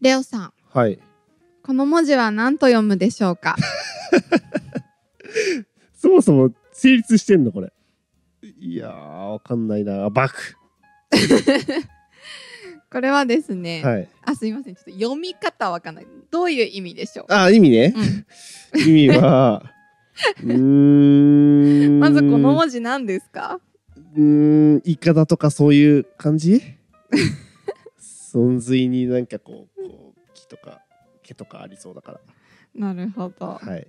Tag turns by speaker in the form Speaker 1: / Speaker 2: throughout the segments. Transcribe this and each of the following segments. Speaker 1: レオさん、
Speaker 2: はい。
Speaker 1: この文字は何と読むでしょうか
Speaker 2: そもそも成立してんのこれ。いやー、わかんないな。バク。
Speaker 1: これはですね、
Speaker 2: はい。
Speaker 1: あ、すいません。ちょっと読み方わかんない。どういう意味でしょう
Speaker 2: あ、意味ね。
Speaker 1: うん
Speaker 2: 意味 は。うーん。
Speaker 1: まずこの文字何ですか
Speaker 2: うーん、イカだとかそういう感じ存髄になんかこう、こう木とか毛とかありそうだか
Speaker 1: なるほど
Speaker 2: ら。。はい。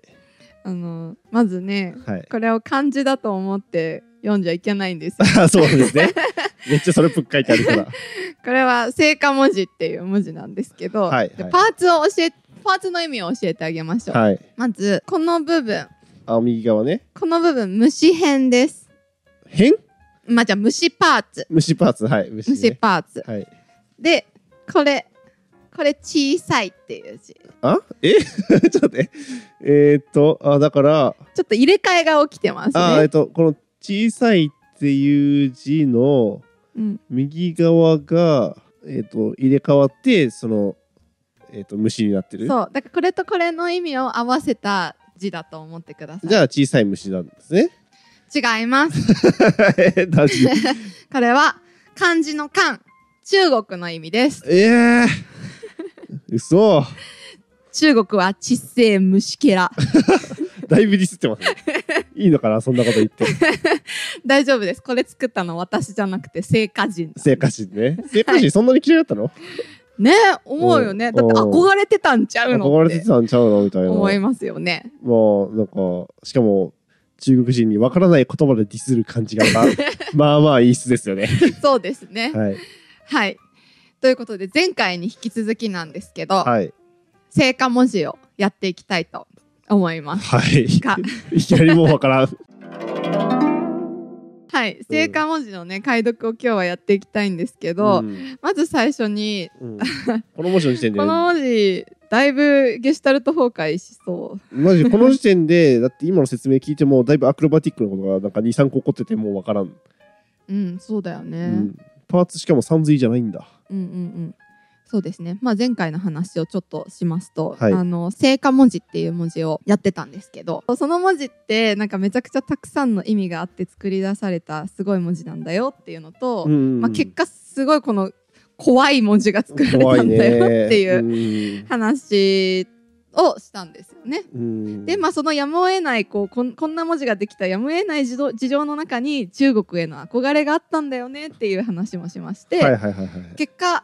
Speaker 1: あの、まずね、
Speaker 2: はい。
Speaker 1: これを漢字だと思って読んじゃいけないん ですよ。
Speaker 2: あそうで すね。めっちゃそれっぽく書いてあるから。
Speaker 1: これは聖火文字っていう文字なんですけど、
Speaker 2: はい
Speaker 1: で
Speaker 2: はい
Speaker 1: パーツを教え、パーツの意味を教えてあげましょう。
Speaker 2: はい。
Speaker 1: まず、この部分。
Speaker 2: あ、右側ね。
Speaker 1: この部分、虫編です。
Speaker 2: 変
Speaker 1: まあ、じゃあ虫パーツ。
Speaker 2: 虫パーツ。はい。虫、ね。
Speaker 1: 虫パーツ。
Speaker 2: はい。
Speaker 1: で、これ、これ小さいっていう字。ち
Speaker 2: あえ ちょっと待って。えー、っと、あ、だから、
Speaker 1: ょっと入れ替えが起きてます
Speaker 2: あ、えー
Speaker 1: ね
Speaker 2: っ。と、この小さいっていう字の
Speaker 1: うん、
Speaker 2: 右側が、えーっと、入れ替わって、その、えーっと、虫になってる。
Speaker 1: そう。だからこれとこれの意味を合わせた字だと思ってください。
Speaker 2: じゃあ小さい虫なんですね。
Speaker 1: 違います。
Speaker 2: えマジ
Speaker 1: これは漢字の漢、中国の意味です。
Speaker 2: ええ嘘。
Speaker 1: 中国は知性虫け ら。
Speaker 2: だいぶディスってますね。いいのかなそんなこと言って。
Speaker 1: 大丈夫です。これ作ったの私じゃなくて聖火人。
Speaker 2: 生活人ね。生活人そんなに嫌いだったの、
Speaker 1: ね思うよね。
Speaker 2: うん
Speaker 1: だって憧れてたんちゃうの
Speaker 2: 憧
Speaker 1: っ
Speaker 2: れて
Speaker 1: て
Speaker 2: たんちゃうのみたいな。
Speaker 1: 思いますよね。
Speaker 2: もうなんかしかも中国人にわからない言葉でディスる感じがま あまあまあいい質ですよね。
Speaker 1: そうですね。
Speaker 2: はい
Speaker 1: はい。ということで前回に引き続きなんですけど、
Speaker 2: はい
Speaker 1: 聖火文字をやっていきたいと思います。
Speaker 2: はい。
Speaker 1: か
Speaker 2: いきなりもうわからん。
Speaker 1: はい、聖火文字のね解読を今日はやっていきたいんですけど、
Speaker 2: ん
Speaker 1: まず最初に
Speaker 2: うんこの文字の時点で
Speaker 1: この文字だいぶゲシュタルト崩壊しそう。
Speaker 2: マジこの時点でだって今の説明聞いてもだいぶアクロバティックなことがなんか23個起こっててもうわからん、
Speaker 1: うん、そうだよ
Speaker 2: う
Speaker 1: ね。
Speaker 2: ん、パーツしかも三髄じゃないんだ
Speaker 1: うんうんうん。そうですね、まあ、前回の話をちょっとしますと、
Speaker 2: はい
Speaker 1: あの聖火文字っていう文字をやってたんですけどその文字ってなんかめちゃくちゃたくさんの意味があって作り出されたすごい文字なんだよっていうのと、
Speaker 2: うんうんうん
Speaker 1: まあ、結果すごいこの怖い文字が作られたんだよ っていう
Speaker 2: う
Speaker 1: 話をしたんですよね。
Speaker 2: ん
Speaker 1: でまあそのやむを得ないこうこんこんな文字ができたやむを得ない事情事情の中に中国への憧れがあったんだよねっていう話もしまして、
Speaker 2: はいはいはいはい
Speaker 1: 結果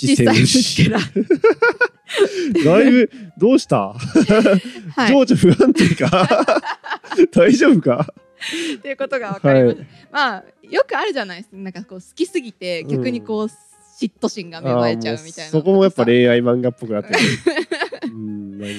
Speaker 1: 小
Speaker 2: 実践
Speaker 1: さい
Speaker 2: 無
Speaker 1: 虫
Speaker 2: 視
Speaker 1: けら、
Speaker 2: だいぶどうした、
Speaker 1: はい、
Speaker 2: 情緒不安 定か大丈夫か
Speaker 1: っていうことが分か
Speaker 2: は
Speaker 1: り
Speaker 2: い
Speaker 1: ました、まあよくあるじゃないですかなんかこう好きすぎて逆にこう、嫉妬心が芽生えちゃうみたい
Speaker 2: あーも
Speaker 1: な
Speaker 2: うそこもやっぱ
Speaker 1: っ
Speaker 2: 恋愛漫画っぽくなってる うんなんか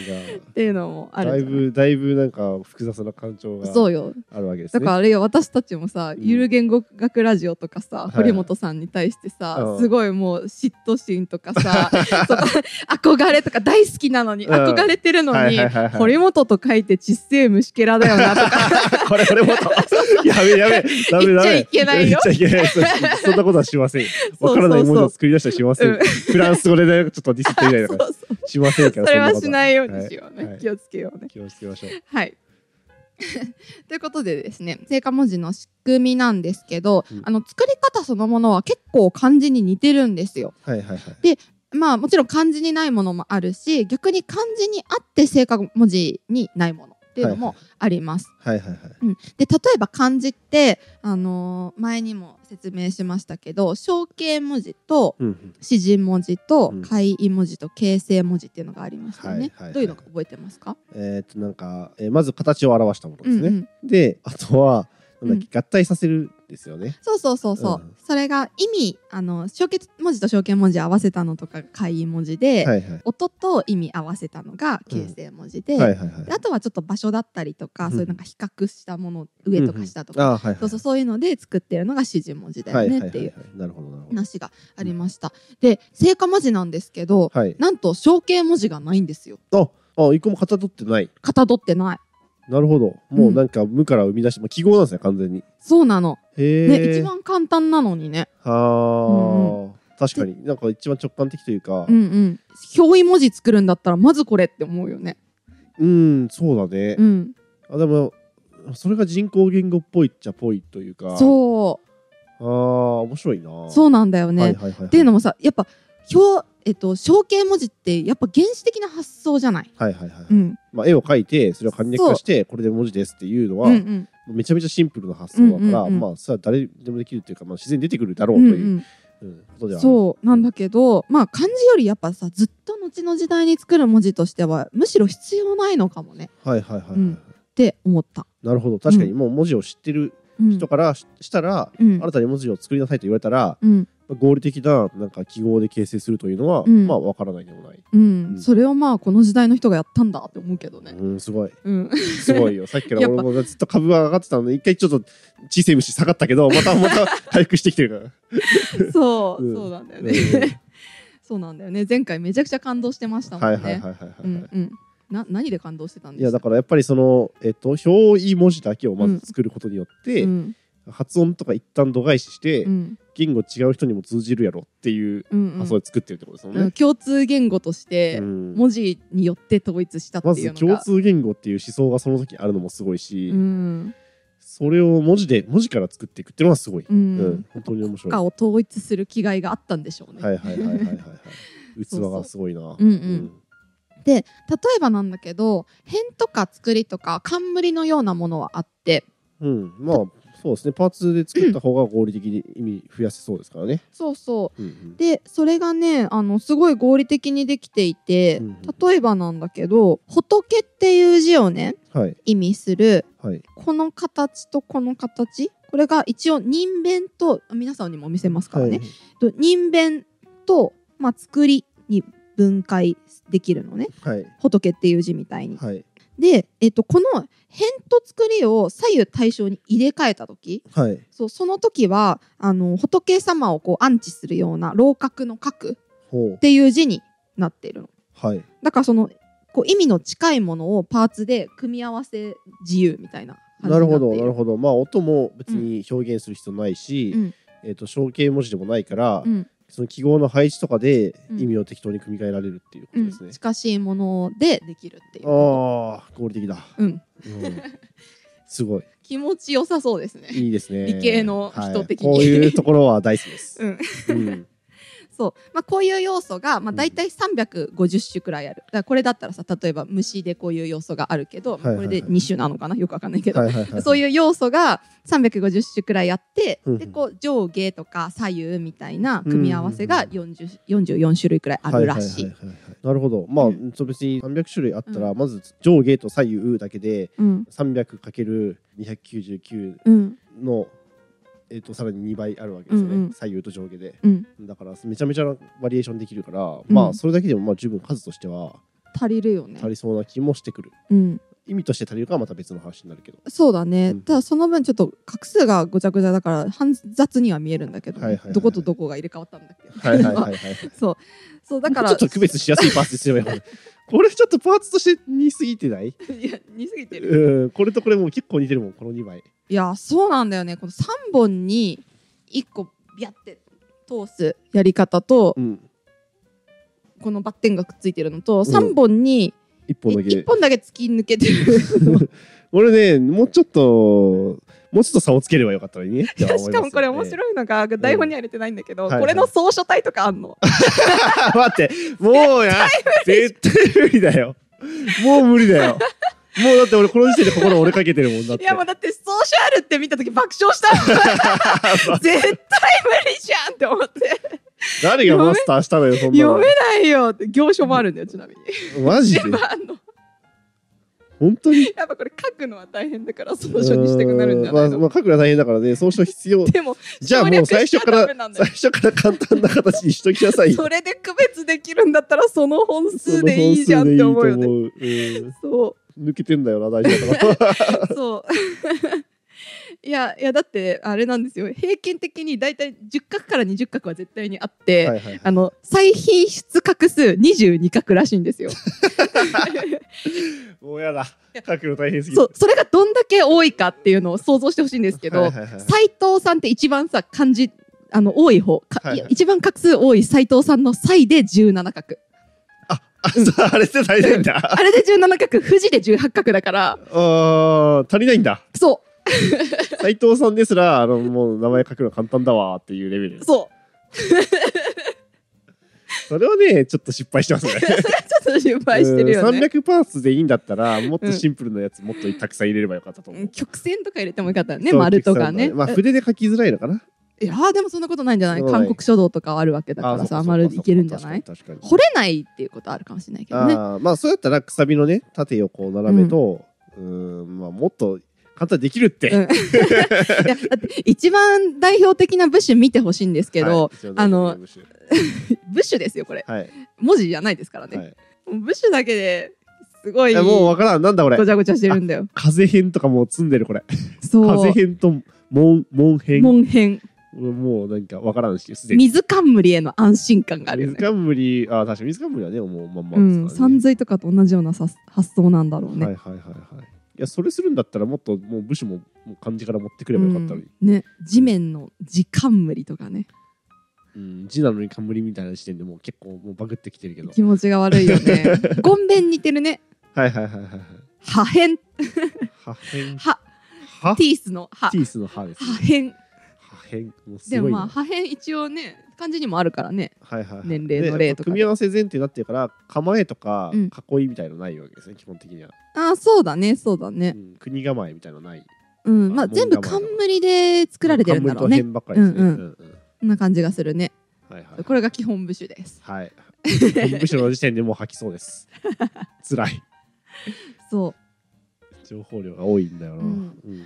Speaker 1: ていうのもある
Speaker 2: だい
Speaker 1: じゃない
Speaker 2: ぶだいぶなんか複雑な感情が
Speaker 1: そうよ
Speaker 2: あるわけです
Speaker 1: だ
Speaker 2: ね
Speaker 1: からあれよ私たちもさ、
Speaker 2: うん
Speaker 1: ゆる言語学ラジオとかさ、
Speaker 2: い
Speaker 1: 堀本さんに対してさ、
Speaker 2: うん
Speaker 1: すごいもう嫉妬心とか さその憧れとか大好きなのに、
Speaker 2: うん
Speaker 1: 憧れてるのに、
Speaker 2: はいはいはいはい
Speaker 1: 堀本と書いてちっせえ虫けらだよなとか
Speaker 2: これこれもと。 やべえやべえ。ダメダ
Speaker 1: 言っ
Speaker 2: メ。
Speaker 1: ちゃいけないよ
Speaker 2: 言っちゃいけないそそんなことはしません。
Speaker 1: そうそう
Speaker 2: わからないものを作り出したりしませ
Speaker 1: うん
Speaker 2: ん。フランス語でねちょっとディスってみたい
Speaker 1: そ
Speaker 2: と
Speaker 1: う
Speaker 2: か
Speaker 1: そう
Speaker 2: しませんから。
Speaker 1: それは
Speaker 2: んこと
Speaker 1: しないようにしようね、
Speaker 2: はいはい
Speaker 1: 気をつけようね
Speaker 2: 気をつけましょう。
Speaker 1: はい ということでですね聖火文字の仕組みなんですけど、
Speaker 2: うん
Speaker 1: あの作り方そのものは結構漢字に似てるんですよ。
Speaker 2: はいはいはい。
Speaker 1: まあもちろん漢字にないものもあるし逆に漢字にあって正確文字にないものっていうのもあります。
Speaker 2: はいはいはい。
Speaker 1: で例えば漢字って、あのー前にも説明しましたけど象形文字と
Speaker 2: うん。
Speaker 1: 詩人文字と
Speaker 2: うん
Speaker 1: 会意文字と形成文字っていうのがありましたよね。
Speaker 2: はいはいはい
Speaker 1: どういうのか覚えてますか
Speaker 2: えーっとなんかえーまず形を表したものです
Speaker 1: うんう
Speaker 2: ね。
Speaker 1: ん
Speaker 2: であとはなんだっけ合体させるですよね。
Speaker 1: そうそうそうそう、
Speaker 2: うん
Speaker 1: それが意味あの象形文字と象形文字合わせたのとかが会意文字で、
Speaker 2: はいはい。
Speaker 1: 音と意味合わせたのが形成文字で、
Speaker 2: はいはいはい。
Speaker 1: であとはちょっと場所だったりとか、
Speaker 2: うん
Speaker 1: そういうなんか比較したもの上とか下とか、
Speaker 2: あーはいはい。
Speaker 1: そうそうそういうので作ってるのが指示文字だ
Speaker 2: は
Speaker 1: よ
Speaker 2: い
Speaker 1: ね
Speaker 2: は
Speaker 1: っていう
Speaker 2: ははなるほどなるほど。
Speaker 1: 話がありました、で成果文字なんですけど、
Speaker 2: はい。
Speaker 1: なんと象形文字がないんですよ
Speaker 2: ああ一個もかたどってない。
Speaker 1: かたどってない
Speaker 2: なるほど。もうなんか無から生み出して、まあ記号なんですね完全に。
Speaker 1: そうなの、
Speaker 2: へえ。
Speaker 1: ね一番簡単なのにね
Speaker 2: はあ、確かになんか一番直感的というか
Speaker 1: うんうん表意文字作るんだったらまずこれって思うよね
Speaker 2: うん、そうだね
Speaker 1: う、ん
Speaker 2: あでもそれが人工言語っぽいっちゃぽいというか
Speaker 1: そ
Speaker 2: あー面白いな
Speaker 1: うそうなんだよ
Speaker 2: う
Speaker 1: ね、
Speaker 2: はいはいはいはい、
Speaker 1: っていうのもさやっぱ表えっと象形文字ってやっぱ原始的な発想じゃない、
Speaker 2: はいはいはい、
Speaker 1: うん、
Speaker 2: まあ、絵を描いてそれを簡略化してこれで文字ですっていうの
Speaker 1: う
Speaker 2: は、
Speaker 1: んうん
Speaker 2: めちゃめちゃシンプルな発想だから、
Speaker 1: うんうんうん
Speaker 2: まあそれは誰でもできるというか、まあ、自然に出てくるだろう
Speaker 1: う
Speaker 2: と
Speaker 1: ん
Speaker 2: いう、
Speaker 1: うん
Speaker 2: うんことではある
Speaker 1: そうなんだけどまあ漢字よりやっぱさずっと後の時代に作る文字としてはむしろ必要ないのかもね
Speaker 2: はいはいはいはい、
Speaker 1: うんって思った、
Speaker 2: なるほど確かにもう文字を知ってる
Speaker 1: うん、
Speaker 2: 人からししたら、
Speaker 1: うん
Speaker 2: 新たに文字を作りなさいと言われたら、
Speaker 1: うん
Speaker 2: 合理的ななんか記号で形成するというのは、
Speaker 1: うん
Speaker 2: まあわからないでもない、
Speaker 1: うん
Speaker 2: うん
Speaker 1: それをまあこの時代の人がやったんだって思うけどね、
Speaker 2: うん、すごい
Speaker 1: うん、
Speaker 2: すご いよ。さっきから
Speaker 1: やっ
Speaker 2: 俺
Speaker 1: ぱ
Speaker 2: もずっと株は上がってたので、一回ちょっと小さい虫下がったけど、またまた回復してきてるから。
Speaker 1: そう、
Speaker 2: うん
Speaker 1: そうなん だよ
Speaker 2: うん
Speaker 1: ね、そうなんだよね前回めちゃくちゃ感動してましたもん
Speaker 2: はい
Speaker 1: ね、
Speaker 2: はいはいはいは
Speaker 1: う
Speaker 2: いは
Speaker 1: んうんな何で感動してたんで
Speaker 2: い。い
Speaker 1: す
Speaker 2: やだからやっぱりその、えっと、表意文字だけをま
Speaker 1: うん
Speaker 2: ず作ることによって、
Speaker 1: うん
Speaker 2: 発音とか一旦度外視して、
Speaker 1: うん
Speaker 2: 言語違う人にも通じるやろっていう
Speaker 1: うんうん
Speaker 2: 発想で作ってるってことですもん
Speaker 1: うん
Speaker 2: ね。
Speaker 1: 共通言語として
Speaker 2: うん
Speaker 1: 文字によって統一したって
Speaker 2: ま
Speaker 1: い
Speaker 2: ず
Speaker 1: うの
Speaker 2: 共
Speaker 1: が、
Speaker 2: 通言語っていう思想がその時あるのもすごいし、
Speaker 1: うん
Speaker 2: それを文字で文字から作っていくっていうのはすご
Speaker 1: う
Speaker 2: い、うんん本当に面白い。
Speaker 1: 国家を統一する気概があったんでしょうね。
Speaker 2: はいはいはいはいはいはい。器
Speaker 1: そうそう
Speaker 2: がすごいな。
Speaker 1: うんうんで例えばなんだけど辺とか作りとか冠のようなものはあって
Speaker 2: うん、まあそうですねパーツで作った方が合理的に意味増やせそうですからね。
Speaker 1: そうそう
Speaker 2: うんうん
Speaker 1: でそれがねあのすごい合理的にできていて
Speaker 2: うんうん
Speaker 1: 例えばなんだけど仏っていう字をね
Speaker 2: はい
Speaker 1: 意味する
Speaker 2: はい。
Speaker 1: この形とこの形これが一応人弁と皆さんにも見せますからね、
Speaker 2: はい
Speaker 1: と人弁と、まあ、作りに分解できるのね
Speaker 2: はい
Speaker 1: 仏っていう字みたいに。
Speaker 2: はい
Speaker 1: で、えっとこの辺と作りを左右対称に入れ替えた時
Speaker 2: はい
Speaker 1: そうその時はあの仏様をこう安置するような楼閣の閣っ
Speaker 2: ほう
Speaker 1: ていう字になってるの。
Speaker 2: はい
Speaker 1: だからそのこう意味の近いものをパーツで組み合わせ自由みたいな感じ
Speaker 2: な
Speaker 1: にな
Speaker 2: るほ
Speaker 1: って
Speaker 2: ど
Speaker 1: い
Speaker 2: なるほどまあ音も別に表現する必要ないし、
Speaker 1: うん
Speaker 2: えっ、と象形文字でもないから、
Speaker 1: うん
Speaker 2: その記号の配置とかで
Speaker 1: うん
Speaker 2: 意味を適当に組み替えられるっていうこ
Speaker 1: う
Speaker 2: と
Speaker 1: ん
Speaker 2: ですね。
Speaker 1: 近しいものでできるっていうこ
Speaker 2: ああ合理的だ。
Speaker 1: と。うん、
Speaker 2: うん、すごい
Speaker 1: 気持ちよさそうですね。
Speaker 2: いいですね。
Speaker 1: 理系の人的に
Speaker 2: はい、こういうところは大好きです。
Speaker 1: うん、
Speaker 2: うん
Speaker 1: そう、まあ、こういう要素が、まあ、
Speaker 2: うん
Speaker 1: 大体350種くらいあるだからこれだったらさ例えば虫でこういう要素があるけど、まあ
Speaker 2: はいはいはい
Speaker 1: これで2種なのかなよくわかんないけど、
Speaker 2: はいはいは い、
Speaker 1: そういう要素が350種くらいあって、
Speaker 2: うんうん
Speaker 1: でこう上下とか左右みたいな組み合わせが40 44種類くらいあるらしい。
Speaker 2: はははははいなるほどまあ、
Speaker 1: う
Speaker 2: そう別に300種類あったら、まず上下と左右だけで
Speaker 1: うん、
Speaker 2: 300×299
Speaker 1: うん、
Speaker 2: の、えっとさらに2倍あるわけですよね、
Speaker 1: うんうん
Speaker 2: 左右と上下で
Speaker 1: うん、
Speaker 2: だからめちゃめちゃなバリエーションできるから、
Speaker 1: うん
Speaker 2: まあそれだけでもまあ十分数としては
Speaker 1: 足りるよね
Speaker 2: 足。りそうな気もしてくる、
Speaker 1: うん、
Speaker 2: 意味として足りるかはまた別の話になるけど、
Speaker 1: そうだね。
Speaker 2: うん
Speaker 1: ただその分ちょっと画数がごちゃごちゃだから煩雑には見えるんだけどね、
Speaker 2: はいはいはい
Speaker 1: どことどこが入れ替わったんだっけ。
Speaker 2: はいはいはい はい
Speaker 1: そう、そうだから
Speaker 2: もうちょっと区別しやすいパーツにすればいいのに これちょっとパーツとして似すぎてない
Speaker 1: いや似すぎてる
Speaker 2: うんこれとこれもう結構似てるもんこの2枚
Speaker 1: いやそうなんだよねこの3本に1個ビャって通すやり方と、
Speaker 2: うん
Speaker 1: このバッテンがくっついてるのと、
Speaker 2: ん
Speaker 1: 3本に
Speaker 2: 1本だけ
Speaker 1: 1本だけ突き抜けて る
Speaker 2: 俺ねもうちょっともうちょっと差をつければよかったのにねって思います
Speaker 1: し
Speaker 2: よね
Speaker 1: かもこれ面白いのが台本には入れてないんだけど、これの総書体とかあんの、
Speaker 2: 待ってもうや絶対無理だよもう無理だよもうだって俺この時点で心折れかけてるもんだっ
Speaker 1: い、
Speaker 2: て
Speaker 1: やもうだって総書あるって見た時爆笑したもん 絶対無理じゃんって思って
Speaker 2: 誰がマスターしたのよそんな
Speaker 1: 読
Speaker 2: の
Speaker 1: めないよって行書もあるんだよちなみに
Speaker 2: マジで
Speaker 1: 全部あんの
Speaker 2: 本当に
Speaker 1: やっぱこれ書くのは大変だから総書にしたくなるんじゃな
Speaker 2: う
Speaker 1: い
Speaker 2: ん
Speaker 1: の、
Speaker 2: まあ、まあ、書くのは大変だからねそうし必要
Speaker 1: でも
Speaker 2: じゃあもう最初か
Speaker 1: 省略しちゃダメ
Speaker 2: ら
Speaker 1: なんだよ
Speaker 2: 最初から簡単な形にしときなさいよ
Speaker 1: それで区別できるんだったらその本
Speaker 2: その
Speaker 1: 数でいいじゃんって思うよね。
Speaker 2: 本数でいいと思う
Speaker 1: そ
Speaker 2: うん抜けてんだよな大事だから
Speaker 1: うそう いやいやだってあれなんですよ平均的に大体10画から20画は絶対にあって、
Speaker 2: はいはいはい
Speaker 1: あの再品質画数22画らしいん ですよ。
Speaker 2: もうやだ書くの大変すぎ
Speaker 1: そうそれがどんだけ多いかっていうのを想像してほしいんですけど、
Speaker 2: はいはいはい
Speaker 1: 斉藤さんって一番さ漢字あの多い方、か
Speaker 2: はいはい
Speaker 1: 一番画数多い斎藤さんの「斎」で17画
Speaker 2: あ、そうあれって足りない んだ。
Speaker 1: あれで17画富士で18画だから
Speaker 2: あー足りないんだ。
Speaker 1: そ
Speaker 2: 斉藤さんですら、あの、もう名前書くの簡単だわっていうレベル
Speaker 1: う。そう
Speaker 2: それはね、ちょっと失敗してますね。
Speaker 1: ちょっと心配してるよ
Speaker 2: うん
Speaker 1: ね
Speaker 2: 300パーツでいいんだったら、もっとシンプルなやつ、もっとたくさん入れればよかったと思
Speaker 1: うん
Speaker 2: う。
Speaker 1: 曲線とか入れてもよかったよね
Speaker 2: そう
Speaker 1: 丸とかね、
Speaker 2: まあ、筆で書きづらいのかな。
Speaker 1: いやーでもそんなことないんじゃない
Speaker 2: そうだね
Speaker 1: 韓国書道とかはあるわけだからさ
Speaker 2: あー
Speaker 1: 丸いけるんじゃない
Speaker 2: そうかそうかそうか確かに確かに
Speaker 1: 掘れないっていうことあるかもしれないけどね
Speaker 2: あーまあそうやったらくさびのね縦横斜めと、うーん、んまあもっと簡単にできるって、
Speaker 1: うんいやだって一番代表的なブッシュ見てほしいんですけど、
Speaker 2: はい
Speaker 1: あの
Speaker 2: 一応全部
Speaker 1: ブッシュですよこれ
Speaker 2: はい、
Speaker 1: 文字じゃないですからね、
Speaker 2: はい
Speaker 1: ブッシュだけですごい
Speaker 2: いやもうわからんなんだこれ
Speaker 1: ごちゃごちゃしてるんだよ
Speaker 2: 風編とかもう積んでるこれ
Speaker 1: そ
Speaker 2: 風
Speaker 1: う
Speaker 2: 編と門門編
Speaker 1: 門編
Speaker 2: もうなんかわからんしすでに
Speaker 1: 水冠への安心感があるよ
Speaker 2: 水
Speaker 1: ね
Speaker 2: 冠あー確かに水冠はねもうま
Speaker 1: う
Speaker 2: んま
Speaker 1: ん
Speaker 2: ですからね
Speaker 1: 三髄とかと同じようなさ発想なんだろうね、
Speaker 2: はいはいはいはいいやそれするんだったらもっともう武士ももう漢字から持ってくればよかったのに、
Speaker 1: うんね地面の地冠とかね
Speaker 2: うん字なのに冠みたいな時点でもう結構もうバグってきてるけど
Speaker 1: 気持ちが悪いよ ねごんべん似てるね
Speaker 2: はいはいはいはいはい
Speaker 1: 破片
Speaker 2: 破片
Speaker 1: 破
Speaker 2: は
Speaker 1: ティースの破
Speaker 2: ティースの歯です、
Speaker 1: 破
Speaker 2: ね。
Speaker 1: 片
Speaker 2: 破片。もう
Speaker 1: ですも
Speaker 2: ごい
Speaker 1: まあ
Speaker 2: な。
Speaker 1: 破片一応ね漢字にもあるからね
Speaker 2: はいはいはい。
Speaker 1: 年齢の例とかで
Speaker 2: で組み合わせ前提になってるから、構えとか
Speaker 1: うん
Speaker 2: 囲いみたいのないわけですね、基本的には。
Speaker 1: ああそうだねそうだ
Speaker 2: う
Speaker 1: ね
Speaker 2: ん国構えみたいのない。
Speaker 1: うんまあ
Speaker 2: まあ
Speaker 1: 全部
Speaker 2: 門構えだから
Speaker 1: 冠で作られてるんだろうね
Speaker 2: 冠と辺ばっかりですね。
Speaker 1: うんうん
Speaker 2: うんうん
Speaker 1: そんな感じがするね
Speaker 2: はいはい。
Speaker 1: これが基本部首です
Speaker 2: はい。文章の時点でもう吐きそ うです。辛い。
Speaker 1: そう
Speaker 2: 情報量が多いんだよな。
Speaker 1: うん
Speaker 2: うん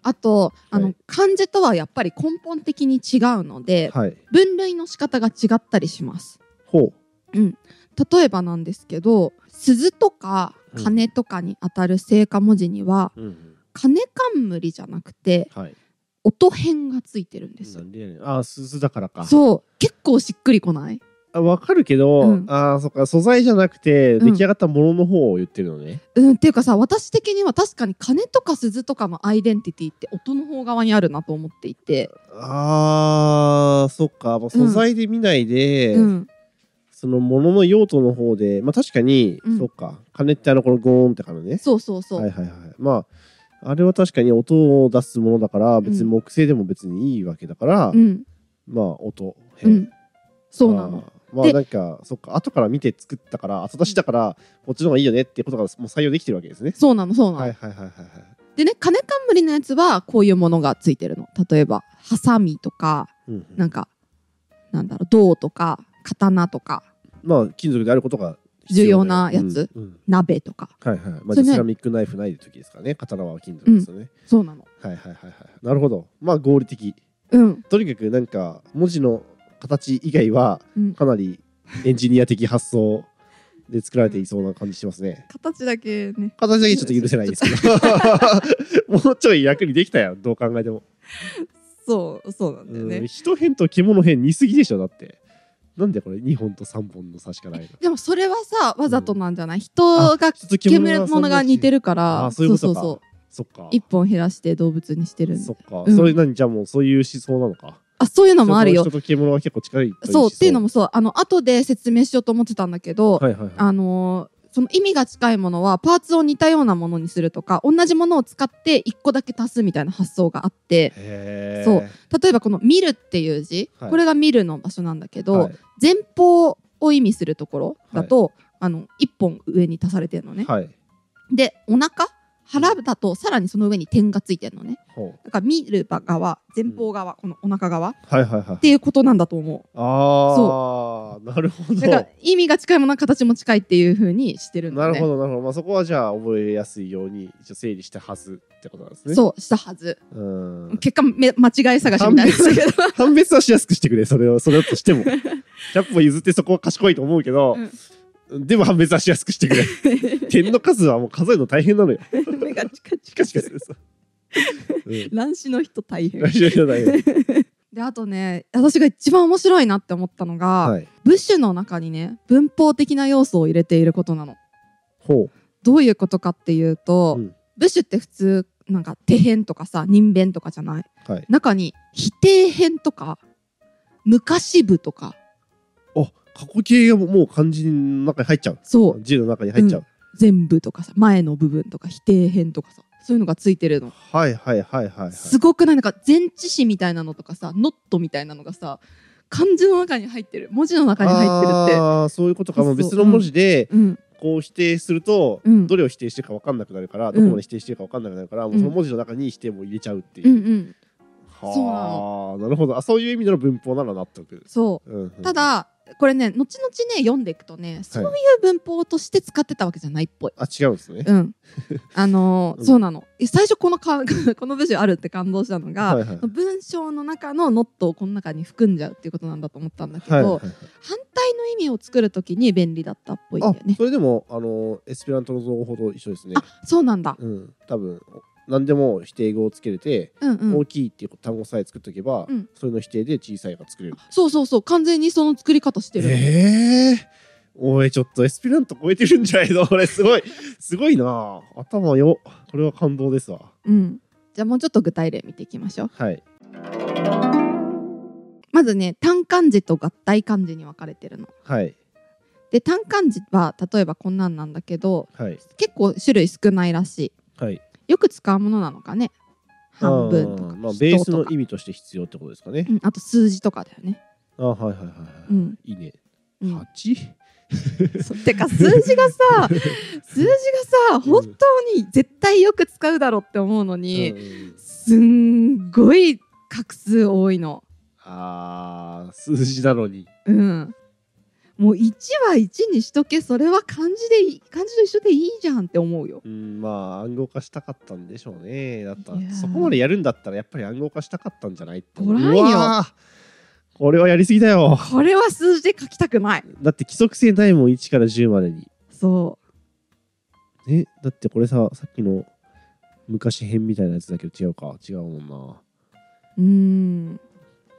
Speaker 1: あとあの、
Speaker 2: はい
Speaker 1: 漢字とはやっぱり根本的に違うので
Speaker 2: はい。
Speaker 1: 分類の仕方が違ったりします
Speaker 2: ほう。
Speaker 1: 例えばなんですけど鈴とか
Speaker 2: うん
Speaker 1: 鐘とかに当たる聖火文字には、
Speaker 2: うんうん
Speaker 1: 金冠じゃなくて
Speaker 2: はい。
Speaker 1: 音編がついてるんです
Speaker 2: な
Speaker 1: よ、
Speaker 2: んでやねんあー、鈴だからか。
Speaker 1: そう結構しっくりこない
Speaker 2: あわかるけど、
Speaker 1: うん
Speaker 2: あーそっか、素材じゃなくて、
Speaker 1: うん
Speaker 2: 出来上がったものの方を言ってるのね。
Speaker 1: うんっていうかさ私的には確かに鐘とか鈴とかのアイデンティティって音の方側にあるなと思っていて、
Speaker 2: あーそっか、まあ、素材で見ないで、
Speaker 1: うん、
Speaker 2: そのものの用途の方でまあ確かに、
Speaker 1: うん
Speaker 2: そっか金ってあのこのゴーンって金ね
Speaker 1: そうそうそう、
Speaker 2: はいはいはいまああれは確かに音を出すものだから別に
Speaker 1: うん
Speaker 2: 木製でも別にいいわけだから、
Speaker 1: うん
Speaker 2: まあ音
Speaker 1: う
Speaker 2: 変
Speaker 1: んそうなの
Speaker 2: あーまあ
Speaker 1: で
Speaker 2: なんかそっか後から見て作ったから後出しだからこっちの方がいいよねってことがもう採用できてるわけですね
Speaker 1: そうなのそうなの、
Speaker 2: はいはいはいはい
Speaker 1: でね金冠のやつはこういうものがついてるの例えばハサミとか
Speaker 2: はい
Speaker 1: な
Speaker 2: うん
Speaker 1: んかなんだろう銅とか刀とか
Speaker 2: まあ金属であることが必だよ
Speaker 1: 重要なやつ、
Speaker 2: うんうん
Speaker 1: 鍋とか
Speaker 2: はいはいまあ
Speaker 1: それね
Speaker 2: セラミックナイフない時ですからね刀は金属ですよね、
Speaker 1: そうなの
Speaker 2: はいはいはいはいなるほどまあ合理的
Speaker 1: うん、
Speaker 2: とにかくなんか文字の形以外は
Speaker 1: うん、
Speaker 2: かなりエンジニア的発想で作られていそうな感じしますね
Speaker 1: 形だけね
Speaker 2: 形だけちょっと許せないですけどもうちょい役にできたやんどう考えても、
Speaker 1: そうそうなんだよ
Speaker 2: うん
Speaker 1: ね
Speaker 2: 人編と獣編似すぎでしょだってなんでこれ2本と3本の差しかないの
Speaker 1: でもそれはさわざとなんじゃない人が
Speaker 2: ちょっと
Speaker 1: 煙物が似て
Speaker 2: る
Speaker 1: るから
Speaker 2: あそういうことか
Speaker 1: そうそう
Speaker 2: そっか
Speaker 1: 一本減らして動物にしてるんで
Speaker 2: そっか、
Speaker 1: うん
Speaker 2: それ何じゃあもうそういう思想なのか
Speaker 1: あそういうのもあるよ
Speaker 2: 人と獣は結構近いと
Speaker 1: そうっていうの
Speaker 2: も
Speaker 1: もそうあの後で説明しようと思ってたんだけど、
Speaker 2: はいはいはい
Speaker 1: あのーその意味が近いものはパーツを似たようなものにするとか同じものを使って一個だけ足すみたいな発想があって
Speaker 2: へー
Speaker 1: そう例えばこの「見る」っていう字、
Speaker 2: はい
Speaker 1: これが「見る」の場所なんだけど、
Speaker 2: はい
Speaker 1: 前方を意味するところだと、あの一本上に足されてるのね、
Speaker 2: はい。
Speaker 1: でお腹腹だとさらにその上に点がついてるのね
Speaker 2: ほう
Speaker 1: だから見る側前方側、このお腹側っ
Speaker 2: はいはいはい。
Speaker 1: ていうことなんだと思う
Speaker 2: ああ、なるほど。
Speaker 1: だから意味が近いものは形も近いっていうふうにしてるんだ
Speaker 2: な
Speaker 1: よね
Speaker 2: るほど、なるほど。まあそこはじゃあ覚えやすいように一応整理したはずってことなんですね。
Speaker 1: そうしたはず
Speaker 2: う。うん。
Speaker 1: 結果め間違い探しみたいなんだけど
Speaker 2: 判別はしやすくしてくれ、それを、それだとし ても。100歩譲ってそこは賢いと思うけど、でも判別はしやすくして くれ。点の数はもう数えるの大変なのよ。
Speaker 1: 目がチカチ
Speaker 2: しか
Speaker 1: カ
Speaker 2: し
Speaker 1: し
Speaker 2: か
Speaker 1: て
Speaker 2: し
Speaker 1: る。
Speaker 2: そう。うん。
Speaker 1: 乱視の人大変
Speaker 2: 大丈夫 大丈
Speaker 1: であとね私が一番面白いなって思ったのが、
Speaker 2: 夫はい。
Speaker 1: ブッシュの中にね文法的な要素を入れていることなの
Speaker 2: ほ
Speaker 1: どういうことかっていうと、
Speaker 2: うん。
Speaker 1: ブッシュって普通なんか手辺とかさ人弁とかじゃないう
Speaker 2: はい。
Speaker 1: 中に否定編とか昔部とか
Speaker 2: あ過去形がもう漢字の中に入っちゃう
Speaker 1: そう
Speaker 2: 字の中に入っちゃう、
Speaker 1: 全部とかさ前の部分とか否定編とかさそういうのがついてるの
Speaker 2: はいはいはいはいはい
Speaker 1: すごくないなんか前置詞みたいなのとかさノットみたいなのがさ漢字の中に入ってる文字の中に入ってるって
Speaker 2: ああそういうことかもう
Speaker 1: そう
Speaker 2: 別の文字で
Speaker 1: うん
Speaker 2: こう否定すると、
Speaker 1: うん
Speaker 2: どれを否定してるか分かんなくなるから、
Speaker 1: ん
Speaker 2: どこまで否定してるか分かんなくなるから、もうその
Speaker 1: うん
Speaker 2: 文字の中に否定も入れちゃうっていう
Speaker 1: う、んうんそうな
Speaker 2: はあなるほどあそういう意味での文法なら納得、
Speaker 1: そ
Speaker 2: うんうん
Speaker 1: うただこれね後々ね読んでいくとねそういう文法として使ってたわけじゃないっぽい
Speaker 2: あ違うんですね、
Speaker 1: うん、あのー
Speaker 2: うん
Speaker 1: そうなのえ最初このか この文章あるって感動したのが、
Speaker 2: はいはい
Speaker 1: 文章の中の「ノット」をこの中に含んじゃうっていうことなんだと思ったんだけど、
Speaker 2: はいはいはい
Speaker 1: 反対の意味を作るときに便利だったっぽいんだ
Speaker 2: あ
Speaker 1: よね。
Speaker 2: それでもあのエスペラントの造法と一緒ですね
Speaker 1: あそうなんだ。
Speaker 2: うん多分何でも否定語をつけれて、
Speaker 1: うんうん
Speaker 2: 大、きいっていう単語さえ作っとけば、
Speaker 1: うん
Speaker 2: それの否定で小さいが作れる
Speaker 1: そうそうそう完全にその作り方してる。
Speaker 2: ええおいちょっとエスピラント超えてるんじゃないのこれすごいすごいな頭よこれは感動ですわ
Speaker 1: うん、じゃあもうちょっと具体例見ていきましょう。
Speaker 2: はい
Speaker 1: まずね単漢字と合体漢字に分かれてるの。
Speaker 2: はい
Speaker 1: で単漢字は例えばこんなんなんだけど
Speaker 2: はい
Speaker 1: 結構種類少ないらし
Speaker 2: はい
Speaker 1: い。よく使うものなのかね半分と
Speaker 2: あー
Speaker 1: か。
Speaker 2: まあベース
Speaker 1: 人と
Speaker 2: の
Speaker 1: か
Speaker 2: 意味として必要ってことですかね、
Speaker 1: うん、あと数字とかだよね。
Speaker 2: あはいはいはいはい、
Speaker 1: うん
Speaker 2: いいね
Speaker 1: うん
Speaker 2: 八、
Speaker 1: そうてか数字がさ 数字がさ本当に絶対よく使うだろうって思うのに、
Speaker 2: うん
Speaker 1: すんごい画数多いの。
Speaker 2: あー数字なのに
Speaker 1: うんもう1は1にしとけそれは漢字でいい漢字と一緒でいいじゃんって思うよ。
Speaker 2: うんまあ暗号化したかったんでしょうねだったら
Speaker 1: いやー
Speaker 2: そこまでやるんだったらやっぱり暗号化したかったんじゃないって
Speaker 1: おらんよ
Speaker 2: うわーこれはやりすぎだよ
Speaker 1: これは数字で書きたくない。
Speaker 2: だって規則性ないもん1から10までに
Speaker 1: そ
Speaker 2: えだってこれささっきの昔編みたいなやつだけど違うか違うもんな
Speaker 1: う。うーん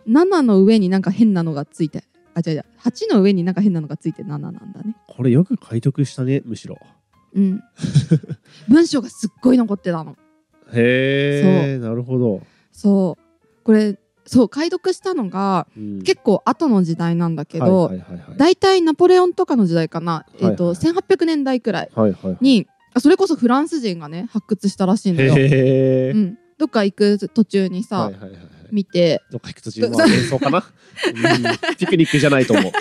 Speaker 1: 7の上になんか変なのがついてあ違う違う8の上になんか変なのがついて7なんだね。
Speaker 2: これよく解読したねむしろ
Speaker 1: うん 文章がすっごい残ってたの。
Speaker 2: へえなるほど、
Speaker 1: そうこれそう解読したのが
Speaker 2: うん
Speaker 1: 結構後の時代なんだけど、
Speaker 2: はいはいはいはい
Speaker 1: 大体ナポレオンとかの時代かな、えーと
Speaker 2: はい
Speaker 1: 1800年代くらい
Speaker 2: はいはいはい
Speaker 1: にあそれこそフランス人がね発掘したらしいんだよ、
Speaker 2: へえ、
Speaker 1: うん、どっか行く途中にさ、
Speaker 2: はいはいはいはい
Speaker 1: 見て
Speaker 2: どっか行く途中まあ演奏 かな、うんピクニックじゃないと思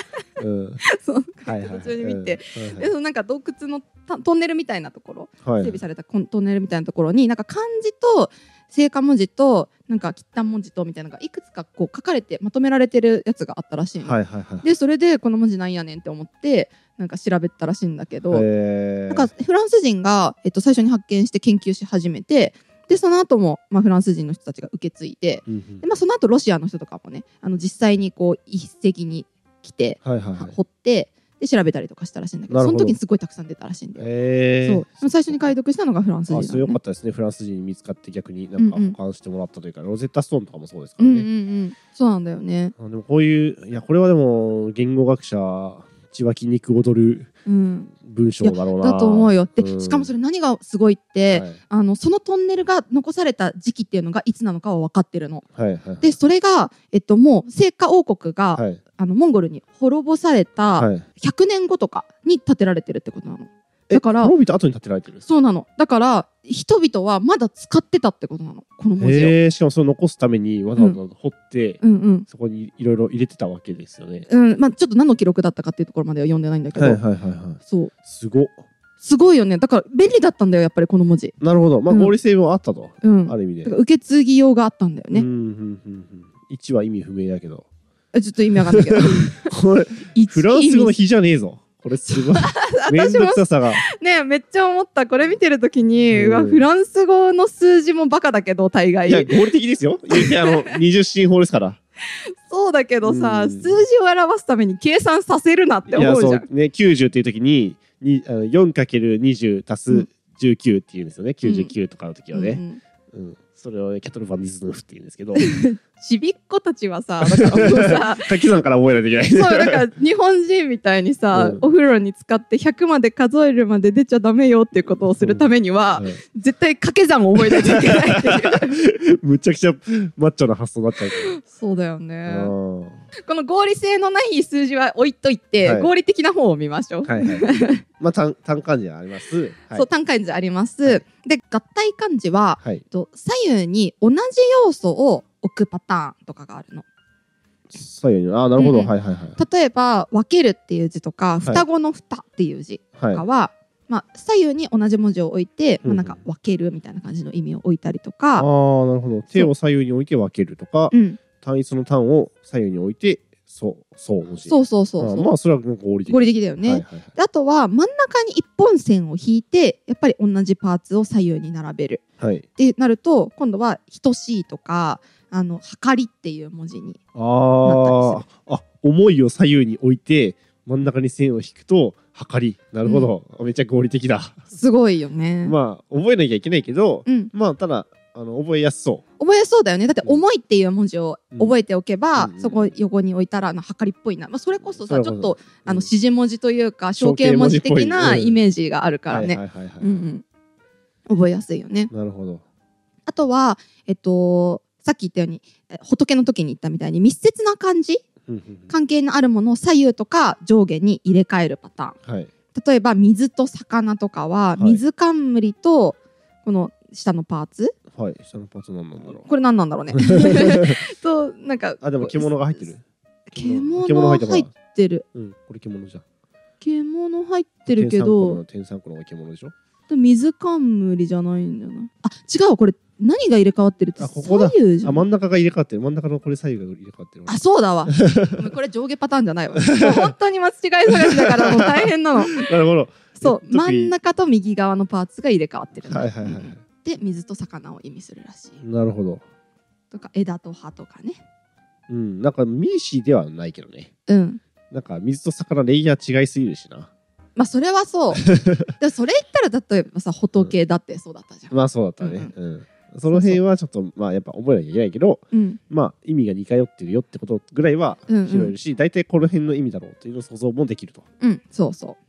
Speaker 2: う、うん、
Speaker 1: そう
Speaker 2: はいはいはい
Speaker 1: 途中に見て、
Speaker 2: うん
Speaker 1: でそのなんか洞窟のたトンネルみたいなところ
Speaker 2: はいはい
Speaker 1: 整備されたコントンネルみたいなところになんか漢字と聖火文字となんか汚文字とみたいなのがいくつかこう書かれてまとめられてるやつがあったらしいの、
Speaker 2: はいはいはい
Speaker 1: でそれでこの文字なんやねんって思ってなんか調べたらしいんだけど、
Speaker 2: へ
Speaker 1: な
Speaker 2: ー
Speaker 1: んかフランス人が、えっと、最初に発見して研究し始めてでその後もまあフランス人の人たちが受け継いで
Speaker 2: うんうん
Speaker 1: で、まあ、その後ロシアの人とかもねあの実際にこう一石に来て、
Speaker 2: はいはいはい
Speaker 1: 掘ってで調べたりとかしたらしいんだけど
Speaker 2: なる
Speaker 1: そ
Speaker 2: ほ
Speaker 1: の
Speaker 2: ど
Speaker 1: 時にすごいたくさん出たらしいんだよ。
Speaker 2: へ
Speaker 1: そ
Speaker 2: え
Speaker 1: うでも最初に解読したのがフランス人
Speaker 2: あ
Speaker 1: な
Speaker 2: そ
Speaker 1: の
Speaker 2: れ
Speaker 1: ね
Speaker 2: 良かったですねフランス人に見つかって逆になんか
Speaker 1: うんうん
Speaker 2: 保管してもらったというか、ロゼッタストーンとかもそうです
Speaker 1: う
Speaker 2: から
Speaker 1: んうんう
Speaker 2: ね、
Speaker 1: んそうなんだよね。
Speaker 2: あでもこういういやこれはでも言語学者血は筋肉踊る
Speaker 1: うん、
Speaker 2: 文章だろうな
Speaker 1: だと思うよ。で、
Speaker 2: うん
Speaker 1: しかもそれ何がすごいって、
Speaker 2: はい
Speaker 1: あのそのトンネルが残された時期っていうのがいつなのかは分かってるの。
Speaker 2: はいはい
Speaker 1: でそれが、えっと、もう聖火王国が、
Speaker 2: はい
Speaker 1: あのモンゴルに滅ぼされた
Speaker 2: はい
Speaker 1: 100年後とかに建てられてるってことなの。
Speaker 2: え
Speaker 1: だから
Speaker 2: 滅びた後に建てられてるんです
Speaker 1: そうなのだから人々はまだ使ってたってことなのこの文字を。
Speaker 2: へえしかもそれを残すためにわざわざ掘って、
Speaker 1: うんうん
Speaker 2: そこにいろいろ入れてたわけですよね、
Speaker 1: うんまあ、ちょっと何の記録だったかっていうところまでは読んでないんだけど、
Speaker 2: はいはいはいはい
Speaker 1: そう
Speaker 2: すごっ
Speaker 1: すごいよねだから便利だったんだよやっぱりこの文字。
Speaker 2: なるほどまあ
Speaker 1: うん
Speaker 2: 合理性もあったと、
Speaker 1: うん、
Speaker 2: ある意味で
Speaker 1: だから受け継ぎ用があったんだよ
Speaker 2: うん
Speaker 1: ね。
Speaker 2: うんうんうん一は意味不明だ けど
Speaker 1: えちょっと意味わかんない けど
Speaker 2: これ
Speaker 1: 一
Speaker 2: フランス語
Speaker 1: 意
Speaker 2: の
Speaker 1: 味
Speaker 2: 日じゃねえぞ。これすごい。めん
Speaker 1: 私
Speaker 2: ど
Speaker 1: も
Speaker 2: くささが。
Speaker 1: ねめっちゃ思ったこれ見てる時に、
Speaker 2: う
Speaker 1: うんわフランス語の数字もバカだけど大
Speaker 2: いや、
Speaker 1: 概
Speaker 2: 合理的ですよ。いや、あの、20進法ですから。
Speaker 1: そうだけどさ、
Speaker 2: うん
Speaker 1: 数字を表すために計算させるなっ
Speaker 2: い
Speaker 1: て思
Speaker 2: や、
Speaker 1: うじゃん
Speaker 2: そう、ね、90っていう時に、にあの 4×20 足
Speaker 1: う
Speaker 2: す
Speaker 1: ん
Speaker 2: 19っていうんですよね。99とかの時は
Speaker 1: う
Speaker 2: ね。
Speaker 1: ん
Speaker 2: うん。それをねキャトルバンディズムフって言うんですけど、
Speaker 1: ちびっ子たちは さだからもうさ
Speaker 2: 書き算から覚えないといけない。
Speaker 1: そうだから日本人みたいにさ、
Speaker 2: うん
Speaker 1: お風呂に使って100まで数えるまで出ちゃダメよっていうことをするためには、
Speaker 2: うん
Speaker 1: 絶対掛け算を覚えないといけないっていう
Speaker 2: むちゃくちゃマッチョな発想になっちゃうけ
Speaker 1: そうだよ
Speaker 2: ど。
Speaker 1: ね
Speaker 2: うん
Speaker 1: この合理性のない数字は置いといて、
Speaker 2: はい
Speaker 1: 合理的な方を見ましょう、
Speaker 2: はいはい。まあ単単漢字はあります。はい
Speaker 1: そう単漢字あります、で合体漢字は、
Speaker 2: はい
Speaker 1: えっ。と左右に同じ要素を置くパターンとかがあるの
Speaker 2: 左右に。ああ、なるほど。
Speaker 1: うん
Speaker 2: はいはいはい。
Speaker 1: 例えば「分ける」っていう字とか「
Speaker 2: い
Speaker 1: 双子の蓋」っていう字
Speaker 2: は
Speaker 1: と
Speaker 2: い
Speaker 1: か。は、まあ、左右に同じ文字を置いて、
Speaker 2: うん
Speaker 1: まあ、なんか分けるみたいな感じの意味を置いたりと
Speaker 2: ああ、な
Speaker 1: か、
Speaker 2: るほど。手を左右に置いて分けるとか
Speaker 1: う、ん、
Speaker 2: 単一の単を左右に置いて、そう、そう文字。
Speaker 1: そうそうそう
Speaker 2: あ
Speaker 1: そ
Speaker 2: あ
Speaker 1: う、
Speaker 2: まあ、それは合理的。
Speaker 1: 合理的だよね。
Speaker 2: はいはいはい
Speaker 1: であとは真ん中に一本線を引いてやっぱり同じパーツを左右に並べる
Speaker 2: はい。
Speaker 1: ってなると今度は「等しい」とか「あのはかり」っていう文字に
Speaker 2: ああ、あ、思いを左右に置いて、真ん中に線を引くと、はかり。なるほど。めっちゃ合理的だ。
Speaker 1: すごいよね。
Speaker 2: まあ、覚えなきゃいけないけど、
Speaker 1: うん、
Speaker 2: まあ、ただ、あの覚えやすそ
Speaker 1: 覚えそうだよねだって「
Speaker 2: うん
Speaker 1: 重い」っていう文字を覚えておけば、
Speaker 2: うん
Speaker 1: そこ横に置いたらあのはかりっぽいな、まあ、それこそさ
Speaker 2: そう
Speaker 1: ち
Speaker 2: そう
Speaker 1: ょ
Speaker 2: そ
Speaker 1: っ
Speaker 2: う
Speaker 1: と
Speaker 2: う。
Speaker 1: あの
Speaker 2: うん
Speaker 1: 指示文字というか象
Speaker 2: 象
Speaker 1: 形
Speaker 2: 形
Speaker 1: 文
Speaker 2: 文
Speaker 1: 字
Speaker 2: 字っぽい
Speaker 1: 的な
Speaker 2: うん
Speaker 1: イメージがあるからね
Speaker 2: はいはいはいはい
Speaker 1: うんうん覚えやすいよね。
Speaker 2: なるほど。
Speaker 1: あとはえっとさっき言ったようにえ仏の時に言ったみたいに密接な漢字
Speaker 2: うんうん
Speaker 1: 関係のあるものを左右とか上下に入れ替えるパターン
Speaker 2: うんはい。
Speaker 1: 例えば水と魚とかは
Speaker 2: はい
Speaker 1: 水冠とこの下のパーツ
Speaker 2: はい。下のパーツ何なんだろ
Speaker 1: これ何なんだろう ね
Speaker 2: う。
Speaker 1: となんか
Speaker 2: あ、でも獣が入ってる。
Speaker 1: 獣入っ
Speaker 2: 獣入ってます
Speaker 1: てる
Speaker 2: うん、これ獣じゃん。
Speaker 1: 獣入ってるけど
Speaker 2: 天三個の天三個のが獣でしょ。
Speaker 1: でも水冠じゃないんだよなあ違うわこれ何が入れ替わってるって
Speaker 2: あここだ
Speaker 1: 左右じゃ
Speaker 2: あ、
Speaker 1: んあ
Speaker 2: 真ん中が入れ替わってる。真ん中のこれ左右が入れ替わってる。
Speaker 1: そうだわごめんこれ上下パターンじゃないわもう本当に間違い探しだ からもう大変なの
Speaker 2: なるほど。
Speaker 1: そう
Speaker 2: 特に
Speaker 1: 真ん中と右側のパーツが入れ替わってるんだ
Speaker 2: はいはいはいはい。
Speaker 1: で水と魚を意味するらしい
Speaker 2: なるほど。
Speaker 1: とか枝と葉とかね
Speaker 2: うん、なんかミーシーではないけどね。
Speaker 1: うん
Speaker 2: なんか水と魚レイヤー違いすぎるしな。
Speaker 1: まあそれは そうでもそれ言ったら例えばさ仏だってそうだったじゃん、
Speaker 2: まあそうだったね。うん。その辺はちょっとまあやっぱ覚えなきゃいけないけど、
Speaker 1: うん
Speaker 2: まあ意味が似通ってるよってことぐらいは
Speaker 1: うんう
Speaker 2: 拾え
Speaker 1: ん
Speaker 2: るし、大体この辺の意味だろうっていうのを想像もできると。
Speaker 1: うんそうそう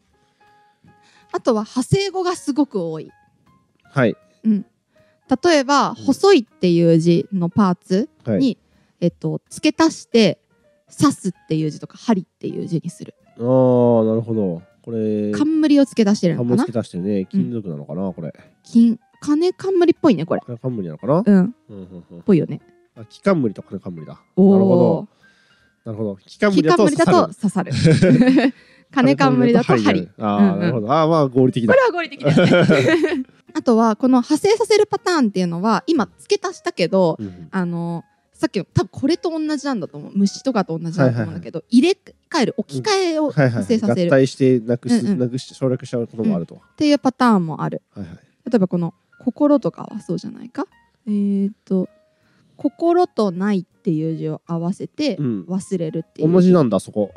Speaker 1: あとは派生語がすごく多い
Speaker 2: はい
Speaker 1: 例えば「細い」っていう字のパーツ
Speaker 2: はい。
Speaker 1: に、えっと、付け足して「刺す」っていう字とか「針」っていう字にする
Speaker 2: ああーなるほど。これ。
Speaker 1: 冠を付け足してるのか
Speaker 2: 冠
Speaker 1: な
Speaker 2: 付け足してるね。金属なのかな、これ。
Speaker 1: 金金冠っぽいねこれ
Speaker 2: これ冠なのかな、
Speaker 1: うん
Speaker 2: うんうんうん、
Speaker 1: ぽいよね
Speaker 2: あ、木冠と金冠だ。なる
Speaker 1: お
Speaker 2: ほ
Speaker 1: お
Speaker 2: ど。なるほど。木
Speaker 1: ー金
Speaker 2: 冠だと
Speaker 1: 冠だと刺さる 金冠だと針こ
Speaker 2: 針。ああ、
Speaker 1: うんうん
Speaker 2: なるほど。ああ、まあ合理的だ
Speaker 1: れ。は合理的だよね あとはこの派生させるパターンっていうのは今付け足したけど
Speaker 2: うんうん
Speaker 1: あのさっきの多分これと同じなんだと思う虫とかと同じなんだと思うんだけど、入れ替える置き換えを
Speaker 2: はいは
Speaker 1: 発生
Speaker 2: い。
Speaker 1: させ
Speaker 2: 合
Speaker 1: る
Speaker 2: 体してなくす、
Speaker 1: うんうん
Speaker 2: なくし省略しちゃうこともあると。
Speaker 1: っていうパターンもある
Speaker 2: はいはい。
Speaker 1: 例えばこの「心」とかはそうじゃないかえー、っと「心」と「ない」っていう字を合わせて
Speaker 2: うん
Speaker 1: 忘れるっていう、
Speaker 2: 同じなんだ、そこ。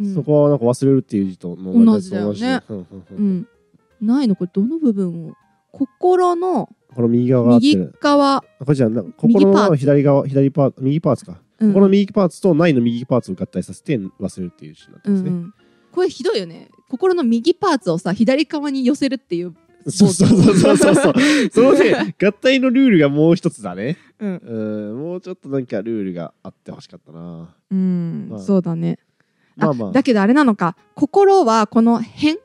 Speaker 1: うん
Speaker 2: そこはなんか忘れるっていう字と
Speaker 1: 同じだよね。
Speaker 2: 同じうんうん
Speaker 1: う
Speaker 2: うん
Speaker 1: んないのこれどの部分を心の
Speaker 2: この右側が合って
Speaker 1: 右
Speaker 2: る。
Speaker 1: 側
Speaker 2: あこれじゃあなんか
Speaker 1: 右パーツ
Speaker 2: 心の左側、左パーツ、右パーツか。
Speaker 1: うん
Speaker 2: この右パーツとないの右パーツを合体させて忘れるっていう字になって
Speaker 1: うん
Speaker 2: ま
Speaker 1: う
Speaker 2: すね。
Speaker 1: んこれひどいよね心の右パーツをさ左側に寄せるっていう
Speaker 2: そうそうそうそ うそう。その
Speaker 1: ね
Speaker 2: ね、合体のルールがもう一つだね。
Speaker 1: うん
Speaker 2: うん、もうちょっとなんかルールがあってほしかったな。
Speaker 1: うん、
Speaker 2: まあ
Speaker 1: そうだね。あ
Speaker 2: まあまあ
Speaker 1: だけどあれなのか心はこの辺、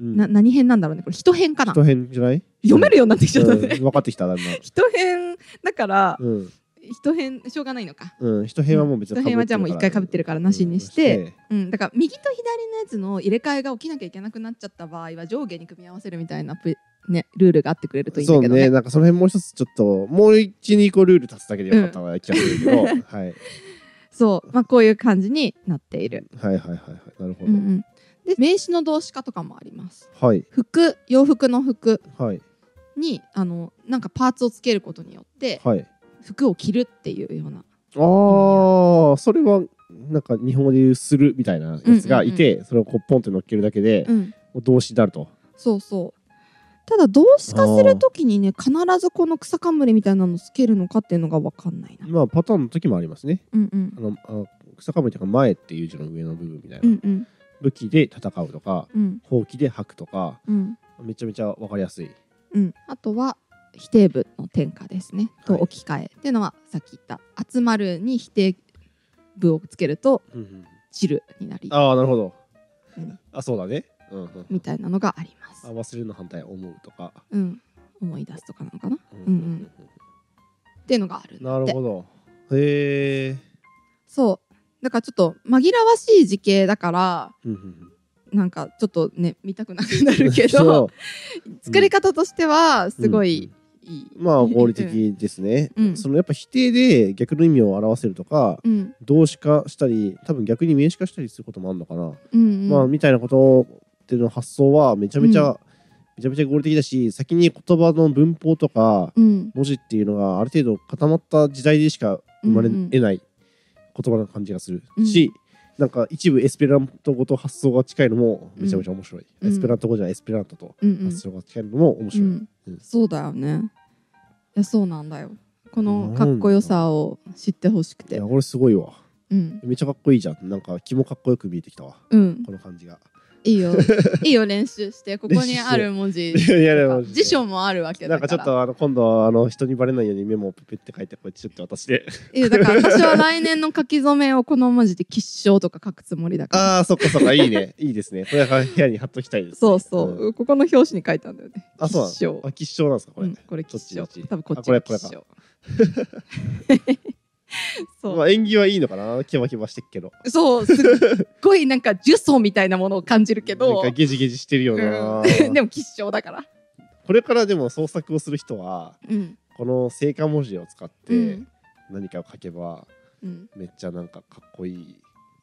Speaker 2: うん、
Speaker 1: な何辺なんだろうねこれ人辺かな
Speaker 2: 人変じゃない
Speaker 1: 読めるようになってきちゃった
Speaker 2: うん
Speaker 1: ね、
Speaker 2: 分かってきただんだん。
Speaker 1: 人辺だから、
Speaker 2: うん、
Speaker 1: 人辺しょうがないのか、
Speaker 2: うん、人変はもう別に
Speaker 1: 人変はじゃあもう一回被ってるからなしにして、うん、だから右と左のやつの入れ替えが起きなきゃいけなくなっちゃった場合は上下に組み合わせるみたいなプ、ね、ルールがあってくれるといいん
Speaker 2: そ
Speaker 1: だ
Speaker 2: う
Speaker 1: けどね
Speaker 2: ね、なんかその辺もう一つちょっと、もう一、二個ルール足すだけでよかっ たわ、気がするけど、はい。はい
Speaker 1: そうまあ、こういう感じになっている、
Speaker 2: はいはいはいはい、なるほ
Speaker 1: うん
Speaker 2: ど。
Speaker 1: うん、で名詞の動詞化とかもあります
Speaker 2: はい、
Speaker 1: 服洋服の服
Speaker 2: はい、
Speaker 1: にあのなんかパーツをつけることによって
Speaker 2: はい。
Speaker 1: 服を着るっていうような
Speaker 2: ああ、それは、なんか日本語で言うするみたいなやつがいて、それをこうポンって乗っけるだけで、
Speaker 1: うん
Speaker 2: 動詞であると。
Speaker 1: そうそうただ動詞化するときにね必ずこの草冠みたいなのつけるのかっていうのが分かんないな。
Speaker 2: まあパターンの時もありますね
Speaker 1: うんうん
Speaker 2: あのあ草かぶりとか前っていう字の上の部分みたいな、
Speaker 1: うんうん
Speaker 2: 武器で戦うとか
Speaker 1: うん
Speaker 2: ほうきで吐くとか
Speaker 1: うん
Speaker 2: めちゃめちゃわかりやすい
Speaker 1: うん、あとは否定文の転化ですねと
Speaker 2: はい
Speaker 1: 置き換え、っていうのはさっき言った「集まる」に否定文をつけると
Speaker 2: うんうん
Speaker 1: 「散る」になり
Speaker 2: ああなるほど
Speaker 1: うん
Speaker 2: あそうだねうんうん
Speaker 1: みたいなのがあります
Speaker 2: あ。忘れるの反対思うとか
Speaker 1: うん、思い出すとかなのかなっ
Speaker 2: うん
Speaker 1: うんていうのがあるんだ
Speaker 2: な
Speaker 1: って
Speaker 2: るほどへえ
Speaker 1: そうだからちょっと紛らわしい字形だから
Speaker 2: うんうんうん
Speaker 1: なんかちょっとね見たくなくなるけ
Speaker 2: そ
Speaker 1: ど作り方としては
Speaker 2: う
Speaker 1: すごいいい。
Speaker 2: うんまあ合理的ですね、
Speaker 1: うん
Speaker 2: そのやっぱ否定で逆の意味を表せるとか
Speaker 1: うん
Speaker 2: 動詞化したり多分逆に名詞化したりすることもあるのかな
Speaker 1: うんうん
Speaker 2: まあ、みたいなことっていうの発想はめちゃめちゃ、めちゃめちゃ合理的だし先に言葉の文法とか
Speaker 1: うん
Speaker 2: 文字っていうのがある程度固まった時代でしか生まれ
Speaker 1: うんうん
Speaker 2: 得ない言葉な感じがするし、なんか一部エスペラント語と発想が近いのもめちゃめちゃ面白い、
Speaker 1: うん
Speaker 2: エスペラント語じゃエスペラントと
Speaker 1: うんうん
Speaker 2: 発想が近いのも面白い、
Speaker 1: うん
Speaker 2: うん
Speaker 1: そうだよねいやそうなんだよこ
Speaker 2: なん
Speaker 1: の
Speaker 2: だ
Speaker 1: かっこよさを知ってほしく
Speaker 2: い
Speaker 1: て
Speaker 2: やこれすごいわ
Speaker 1: うん
Speaker 2: めっちゃかっこいいじゃんなんか気もかっこよく見えてきたわ
Speaker 1: うん
Speaker 2: この感 じが
Speaker 1: いい よいいよ練習してここにある文字
Speaker 2: 練習していやいや
Speaker 1: とか
Speaker 2: マジで
Speaker 1: 辞書もあるわけだ
Speaker 2: なん
Speaker 1: か
Speaker 2: からちょっとあの今度はあの人にバレないようにメモをペペって書いてこうやってちょっと 渡して
Speaker 1: いやだから私は来年の書き初めをこの文字で吉祥とか書くつもりだから
Speaker 2: ああ、そっかそっか、いいね。 いいですね。これは部屋に貼っときたいです、ね。
Speaker 1: そうそう、
Speaker 2: ん
Speaker 1: ここの表紙に書いたんだよね
Speaker 2: あ、そうな
Speaker 1: 吉祥
Speaker 2: の。あ、吉祥なんですか、こ
Speaker 1: う
Speaker 2: れ。
Speaker 1: ん、これ
Speaker 2: どっち
Speaker 1: 吉祥
Speaker 2: どっち
Speaker 1: 多分こっ
Speaker 2: あ
Speaker 1: ち
Speaker 2: これ
Speaker 1: が
Speaker 2: これ
Speaker 1: 吉
Speaker 2: か
Speaker 1: 祥そう、
Speaker 2: まあ、縁起はいいのかな、キバキバしてっけど。
Speaker 1: そうすっごいなんか呪詛みたいなものを感じるけど
Speaker 2: なんかゲジゲジしてるよな。
Speaker 1: うん でも吉祥だから、
Speaker 2: これからでも創作をする人は、
Speaker 1: うん
Speaker 2: この聖火文字を使っ
Speaker 1: う
Speaker 2: て
Speaker 1: ん
Speaker 2: 何かを書けば、
Speaker 1: うん
Speaker 2: めっちゃなんかかっこいい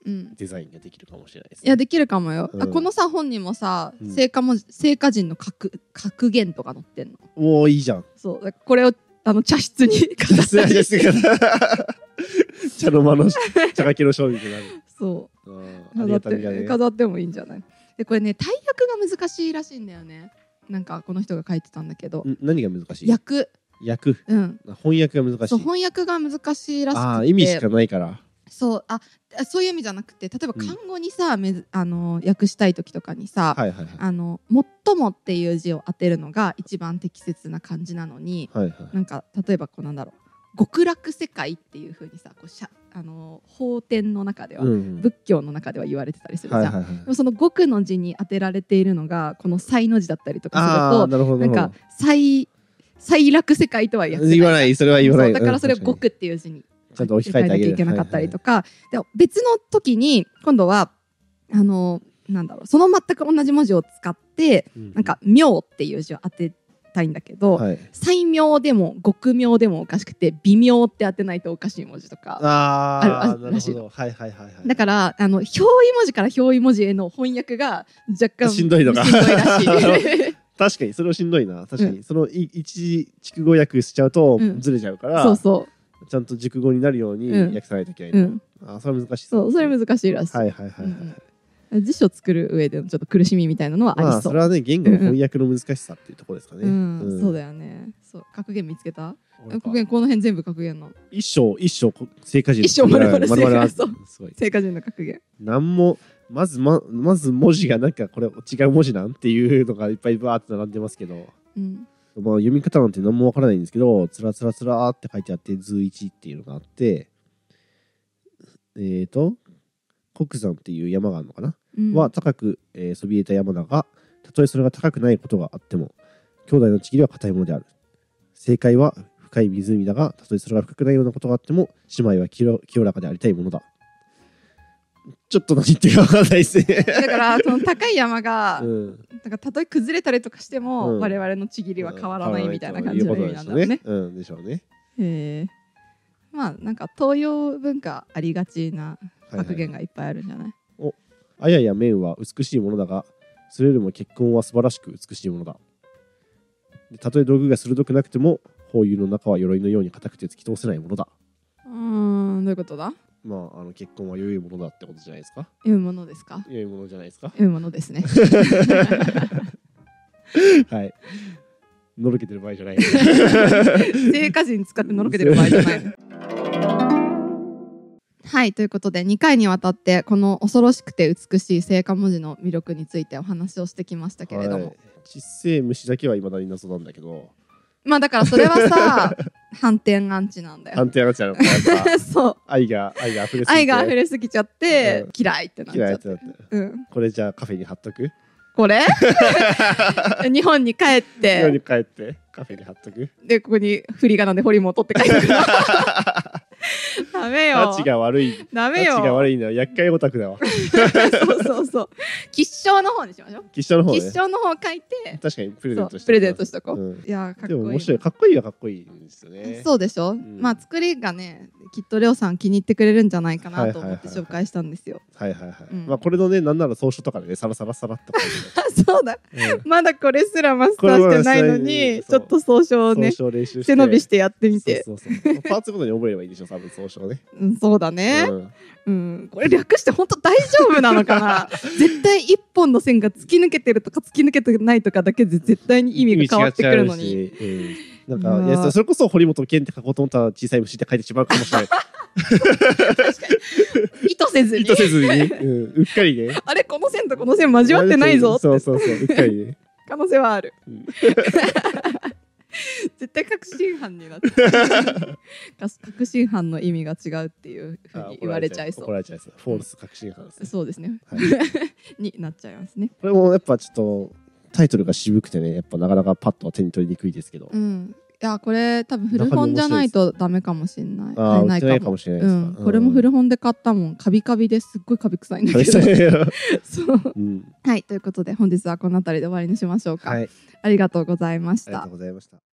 Speaker 1: うん、
Speaker 2: デザインができるかもしれないです、
Speaker 1: いやできるかもよ、
Speaker 2: うん
Speaker 1: あこのさ本にもさ
Speaker 2: うん
Speaker 1: 聖火文字聖火人の格格言とか載ってんの
Speaker 2: おお、いいじゃん。
Speaker 1: そうだからこれをあの茶室に 飾っ
Speaker 2: す
Speaker 1: た
Speaker 2: いません
Speaker 1: り
Speaker 2: すいません茶の間 の茶がけの商品になる。
Speaker 1: そう
Speaker 2: うんあり
Speaker 1: 飾っ
Speaker 2: がたみだ
Speaker 1: て
Speaker 2: ね。
Speaker 1: 飾ってもいいんじゃないでこれね大役が難しいらしいんだよねなんかこの人が書いてたんだけど
Speaker 2: ん何が難しい
Speaker 1: 役
Speaker 2: 訳。
Speaker 1: うん
Speaker 2: 翻訳が難し
Speaker 1: そう
Speaker 2: い。
Speaker 1: 翻訳が難しいらしくて
Speaker 2: ああー、意味しかないから。
Speaker 1: そうああそういう意味じゃなくて例えば
Speaker 2: うん
Speaker 1: 漢語にさ、めずあの訳したい時とかにさ「
Speaker 2: はいはいはい。
Speaker 1: あの最も」っていう字を当てるのが一番適切な感じなのに
Speaker 2: はいはい。
Speaker 1: なんか例えばこうなんだろう極楽世界っていう風にさこうしゃあの法典の中では、
Speaker 2: うんうん
Speaker 1: 仏教の中では言われてたりするじゃん。
Speaker 2: はいはいはい。
Speaker 1: でもその極の字に当てられているのがこの才の字だったりとか
Speaker 2: あ
Speaker 1: す
Speaker 2: あー、
Speaker 1: る
Speaker 2: なるほ
Speaker 1: と
Speaker 2: ど。
Speaker 1: なん
Speaker 2: なる
Speaker 1: か最最楽世界とは
Speaker 2: ほ
Speaker 1: 訳
Speaker 2: ど
Speaker 1: せない
Speaker 2: 言わない、それは言わない。
Speaker 1: そうだからそれを
Speaker 2: うん確
Speaker 1: 極っていう字に
Speaker 2: ちゃんと置き換えてあげる
Speaker 1: 置き換なきゃいけなかったりとか、でも別の時に今度はあのなんだろうその全く同じ文字を使って
Speaker 2: に
Speaker 1: なん、か「妙」っていう字を当てたいんだけ
Speaker 2: う
Speaker 1: ど、
Speaker 2: んはい。
Speaker 1: 最妙でも極妙でもおかしくて微妙って当てないとおかしい文字とか。
Speaker 2: あ
Speaker 1: あ
Speaker 2: あ、
Speaker 1: る
Speaker 2: な
Speaker 1: ら
Speaker 2: る
Speaker 1: しい
Speaker 2: ほ
Speaker 1: の
Speaker 2: ど。はいはいはいはい。
Speaker 1: だからあの表意文字から表意文字への翻訳が若干
Speaker 2: しんどいのか
Speaker 1: しんどいらし い
Speaker 2: 確かにそれをしんどいな。確かにそのい一畜語訳しちゃうと
Speaker 1: うん
Speaker 2: ずれちゃうか
Speaker 1: そう
Speaker 2: ら、
Speaker 1: そ
Speaker 2: ちゃんと熟語になるように
Speaker 1: うん
Speaker 2: 訳さないとい
Speaker 1: う、
Speaker 2: け
Speaker 1: う
Speaker 2: ない。
Speaker 1: ん、
Speaker 2: あーそれは難しい。
Speaker 1: そうそれ
Speaker 2: 難し
Speaker 1: 難しいらしい、
Speaker 2: はいはいはいは
Speaker 1: う
Speaker 2: い。
Speaker 1: んうん辞書作る上でのちょっと苦しみみたいなのはあり
Speaker 2: まあ
Speaker 1: そう
Speaker 2: それはね言語の翻訳の難しさっていうところですかね。
Speaker 1: うん、そう
Speaker 2: よ。
Speaker 1: だよねそう格言見つけた
Speaker 2: 俺か
Speaker 1: 格言この辺全部格言の
Speaker 2: 一生一生こ成果人
Speaker 1: 一生丸々
Speaker 2: 丸々
Speaker 1: 成果
Speaker 2: すごい。
Speaker 1: 聖火人の格言
Speaker 2: なんもまずままず文字がなんかこれ違う文字なんっていうのがいっぱいバーって並んでますけど、
Speaker 1: うん
Speaker 2: まあ、読み方なんて何もわからないんですけどつらつらつらーって書いてあって図1っていうのがあってえー、と国山っていう山があるのかな、
Speaker 1: うん
Speaker 2: は高く、えーそびえた山だがたとえそれが高くないことがあっても兄弟のちぎりは固いものである正解は深い湖だがたとえそれが深くないようなことがあっても姉妹は清清らかでありたいものだちょっと何言ってるかわかんないですね
Speaker 1: だからその高い山が、
Speaker 2: うん
Speaker 1: なんかたとえ崩れたりとかしても、
Speaker 2: うん
Speaker 1: 我々のちぎりは変わらないみたいな感じ
Speaker 2: 変
Speaker 1: の
Speaker 2: わ
Speaker 1: 意味
Speaker 2: ら
Speaker 1: な
Speaker 2: ない
Speaker 1: んだ
Speaker 2: ということ
Speaker 1: ろ
Speaker 2: で
Speaker 1: う
Speaker 2: しょう
Speaker 1: ね。
Speaker 2: ねうんでしょうね
Speaker 1: へえまあなんか東洋文化ありがちな
Speaker 2: はいはい
Speaker 1: 格言がいっぱいあるんじゃない、
Speaker 2: あやや面は美しいものだが、それよりも結婚は素晴らしく美しいものだ。でたとえ道具が鋭くなくても、法友の中は鎧のように硬くて突き通せないものだ。
Speaker 1: うーんどういうことだ
Speaker 2: まあ、あの結婚は良いものだってことじゃないですか。
Speaker 1: 読むものですか
Speaker 2: 良いものじゃないですか。
Speaker 1: 読むものですね
Speaker 2: はい。のろけてる場合じゃ ない。
Speaker 1: 成果人使ってのろけてる場合じゃない。はいということで2回にわたってこの恐ろしくて美しい成果文字の魅力についてお話をしてきましたけれども、
Speaker 2: はいちっせえ虫だけはいまだに謎なんだけど、
Speaker 1: まあだからそれは さ反転アンチなんだよ。
Speaker 2: 判定がちゃうのかなんか
Speaker 1: そう
Speaker 2: 愛が愛が溢れすぎて
Speaker 1: 愛が溢れすぎちゃって、
Speaker 2: うん
Speaker 1: 嫌いってなっち
Speaker 2: 嫌い
Speaker 1: ゃ
Speaker 2: っ
Speaker 1: ってて。
Speaker 2: なって。
Speaker 1: うん、
Speaker 2: これじゃあカフェに貼っとく。
Speaker 1: こ れ 日本に帰っ
Speaker 2: 家
Speaker 1: て
Speaker 2: に帰ってカフェに貼っとく。
Speaker 1: でここに振り仮名で堀本って書いてある ダメ
Speaker 2: ラ
Speaker 1: よ
Speaker 2: チが悪い。
Speaker 1: ダ
Speaker 2: ラ
Speaker 1: メ
Speaker 2: チ
Speaker 1: よ
Speaker 2: が悪いのは厄介オタクだわ。
Speaker 1: そうそうそう。吉祥の方にしましょう。
Speaker 2: 吉祥の方ね
Speaker 1: 吉。祥の方書いて、
Speaker 2: 確かにプレゼ
Speaker 1: そ
Speaker 2: ン
Speaker 1: う
Speaker 2: トして。
Speaker 1: プレゼントしとこう。
Speaker 2: うん
Speaker 1: いやーかっこ
Speaker 2: で
Speaker 1: いい
Speaker 2: も
Speaker 1: な。
Speaker 2: 面白い。かっこいいはかっこいいんですよね。
Speaker 1: そうでしょ、
Speaker 2: ん
Speaker 1: まあ作りがねきっとレオさん気に入ってくれるんじゃないか
Speaker 2: はい
Speaker 1: な
Speaker 2: は
Speaker 1: と
Speaker 2: いはい
Speaker 1: 思って紹介したんですよ。
Speaker 2: はいはいはい。
Speaker 1: うん
Speaker 2: まあこれのね、なんなら草書とかでね、サラサラサラっと書い
Speaker 1: あそうだ
Speaker 2: てね。うん
Speaker 1: まだこれすらマスターしてないのにち
Speaker 2: こ
Speaker 1: ょ
Speaker 2: れま
Speaker 1: っ
Speaker 2: だ
Speaker 1: と総称をね
Speaker 2: 草書を練習して。
Speaker 1: 背伸びしてやってみて
Speaker 2: そうそうそう。パーツごとに覚えればいいでしょ、多分草書をね。
Speaker 1: うんそうだね、
Speaker 2: うん
Speaker 1: うん、これ略して本当大丈夫なのか な絶対一本の線が突き抜けてるとか突き抜けてないとかだけで絶対に意味が変わってくるの に。
Speaker 2: 意味違っちゃうし。うん
Speaker 1: う
Speaker 2: なん
Speaker 1: わ
Speaker 2: か、いやそれこそ堀本健って書こうと思ったら小さい虫って書いてしまうかもしれない。
Speaker 1: 意図せず
Speaker 2: 意
Speaker 1: に
Speaker 2: 図せずに、うんうっかりね。
Speaker 1: あれこの線とこの線交わってないぞって
Speaker 2: そうそうそう、うっ かりね。
Speaker 1: 可能性はある、
Speaker 2: うん
Speaker 1: 絶対確信犯になっちゃう確信犯の意味が違うっていうふうに言われちゃいそう
Speaker 2: 怒 られちゃいそう。フォールス確信犯ですね。
Speaker 1: そうですね
Speaker 2: はい
Speaker 1: になっちゃいますね
Speaker 2: これもやっぱちょっと、タイトルが渋くてね、やっぱなかなかパッとは手に取りにくいですけど。
Speaker 1: うんいやこれ多分古本じゃないとダメかもしれない
Speaker 2: あ
Speaker 1: 買
Speaker 2: あ、
Speaker 1: え
Speaker 2: 売
Speaker 1: な
Speaker 2: っ
Speaker 1: い
Speaker 2: てない
Speaker 1: か
Speaker 2: か
Speaker 1: も
Speaker 2: もしれないです
Speaker 1: うん、これも古本で買ったもんカビカビですっごいカビ臭いんだけど そう
Speaker 2: うん。
Speaker 1: はいということで本日はこの辺りで終わりにしましょうか、
Speaker 2: はい。
Speaker 1: ありがとうございまし
Speaker 2: ありが
Speaker 1: た
Speaker 2: とうございました。